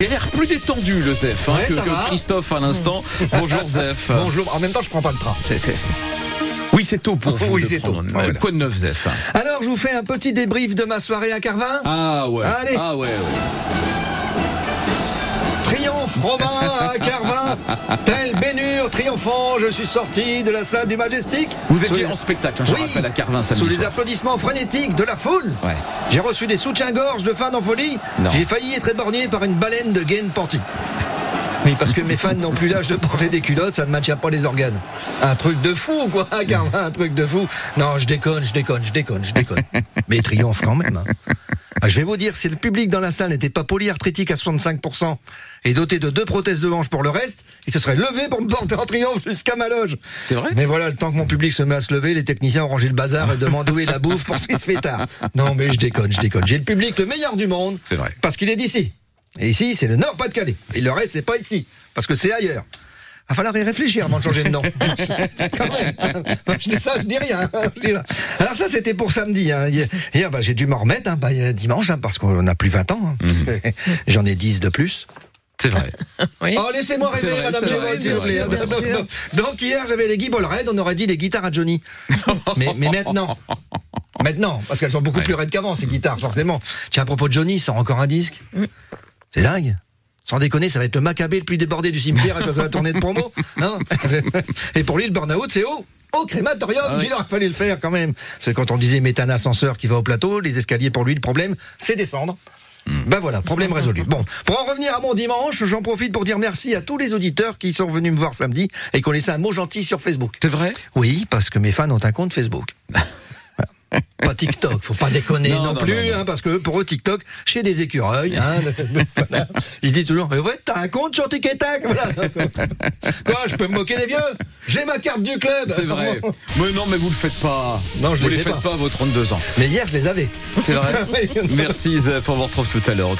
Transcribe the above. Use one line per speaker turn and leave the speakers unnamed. Il a l'air plus détendu, le Zef, hein,
Ouais,
que,
ça
que
va.
Christophe à l'instant. Bonjour, Zef.
Bonjour. En même temps, je prends pas le train.
C'est- c'est- Oui, c'est tôt pour vous.
Oui,
de
c'est
prendre
tôt.
un-
Voilà.
Quoi de neuf, Zef hein
Alors, je vous fais un petit débrief de ma soirée à Carvin.
Ah ouais.
Allez.
Ah ouais, ouais.
Triomphe romain à Carvin. Tel Bénur triomphant, je suis sorti de la salle du Majestic.
Vous étiez
Sous-
en spectacle, hein, je
Oui.
rappelle, à Carvin
Sous
samedi
les
soir.
applaudissements frénétiques de la foule,
Ouais.
j'ai reçu des soutiens-gorge de fans en folie.
Non.
J'ai failli être éborgné par une baleine de gaine panty. Oui, parce que mes fans n'ont plus l'âge de porter des culottes, ça ne maintient pas les organes. Un truc de fou, quoi, à Carvin, un truc de fou. Non, je déconne, je déconne, je déconne, je déconne. Mais triomphe quand même. hein. Ah, je vais vous dire, si le public dans la salle n'était pas polyarthritique à 65% et doté de deux prothèses de hanche pour le reste, il se serait levé pour me porter en triomphe jusqu'à ma loge.
C'est vrai
Mais voilà, le temps que mon public se met à se lever, les techniciens ont rangé le bazar et demandent où est la bouffe pour ce qui se fait tard. Non, mais je déconne, je déconne. J'ai le public le meilleur du monde.
C'est vrai.
Parce qu'il est d'ici. Et ici, c'est le Nord-Pas-de-Calais. Et le reste, c'est pas ici. Parce que c'est ailleurs. Va falloir y réfléchir avant de changer de nom. Quand même. Je dis ça, je dis rien. Je dis rien. Alors ça, c'était pour samedi. hein. Hier, hier, bah, j'ai dû m'en remettre hein, bah, hier, dimanche, hein, parce qu'on a plus 20 ans. hein,
Mhm.
parce que J'en ai 10 de plus.
C'est vrai.
Oui.
Oh, laissez-moi
C'est
rêver,
vrai,
Madame
c'est
Géraud,
vrai,
s'il vous
c'est
plaît.
vrai,
hein.
c'est vrai.
Donc, donc, hier, j'avais les Guy Red, on aurait dit les guitares à Johnny. mais, mais maintenant. Maintenant, parce qu'elles sont beaucoup
Ouais.
plus raides qu'avant, ces guitares, forcément. Tiens, à propos de Johnny, il sort encore un disque. C'est dingue. Sans déconner, ça va être le Maccabée le plus débordé du cimetière à cause de la tournée de promo. hein. Et pour lui, le burn-out, c'est haut. Au crématorium,
Ah ouais.
il aurait fallu le faire quand même. C'est quand on disait mais t'as un ascenseur qui va au plateau, les escaliers pour lui, le problème, c'est descendre.
Hmm.
Ben voilà, problème résolu. Bon, pour en revenir à mon dimanche, j'en profite pour dire merci à tous les auditeurs qui sont venus me voir samedi et qui ont laissé un mot gentil sur Facebook.
C'est vrai
Oui, parce que mes fans ont un compte Facebook. Voilà. Pas TikTok, faut pas déconner
Non,
non,
non,
plus,
non, non.
hein, parce que pour eux, TikTok, chez des écureuils, hein, voilà. ils se disent toujours, mais ouais, t'as un compte sur TikTok, voilà. Quoi, je peux me moquer des vieux J'ai ma carte du club
C'est vrai. Mais non, mais vous le faites pas.
Non, je
vous
l'ai
les
fait
faites
pas.
pas à vos 32 ans.
Mais hier, je les avais.
C'est vrai.
Oui.
Merci, Zef. On vous retrouve tout à l'heure.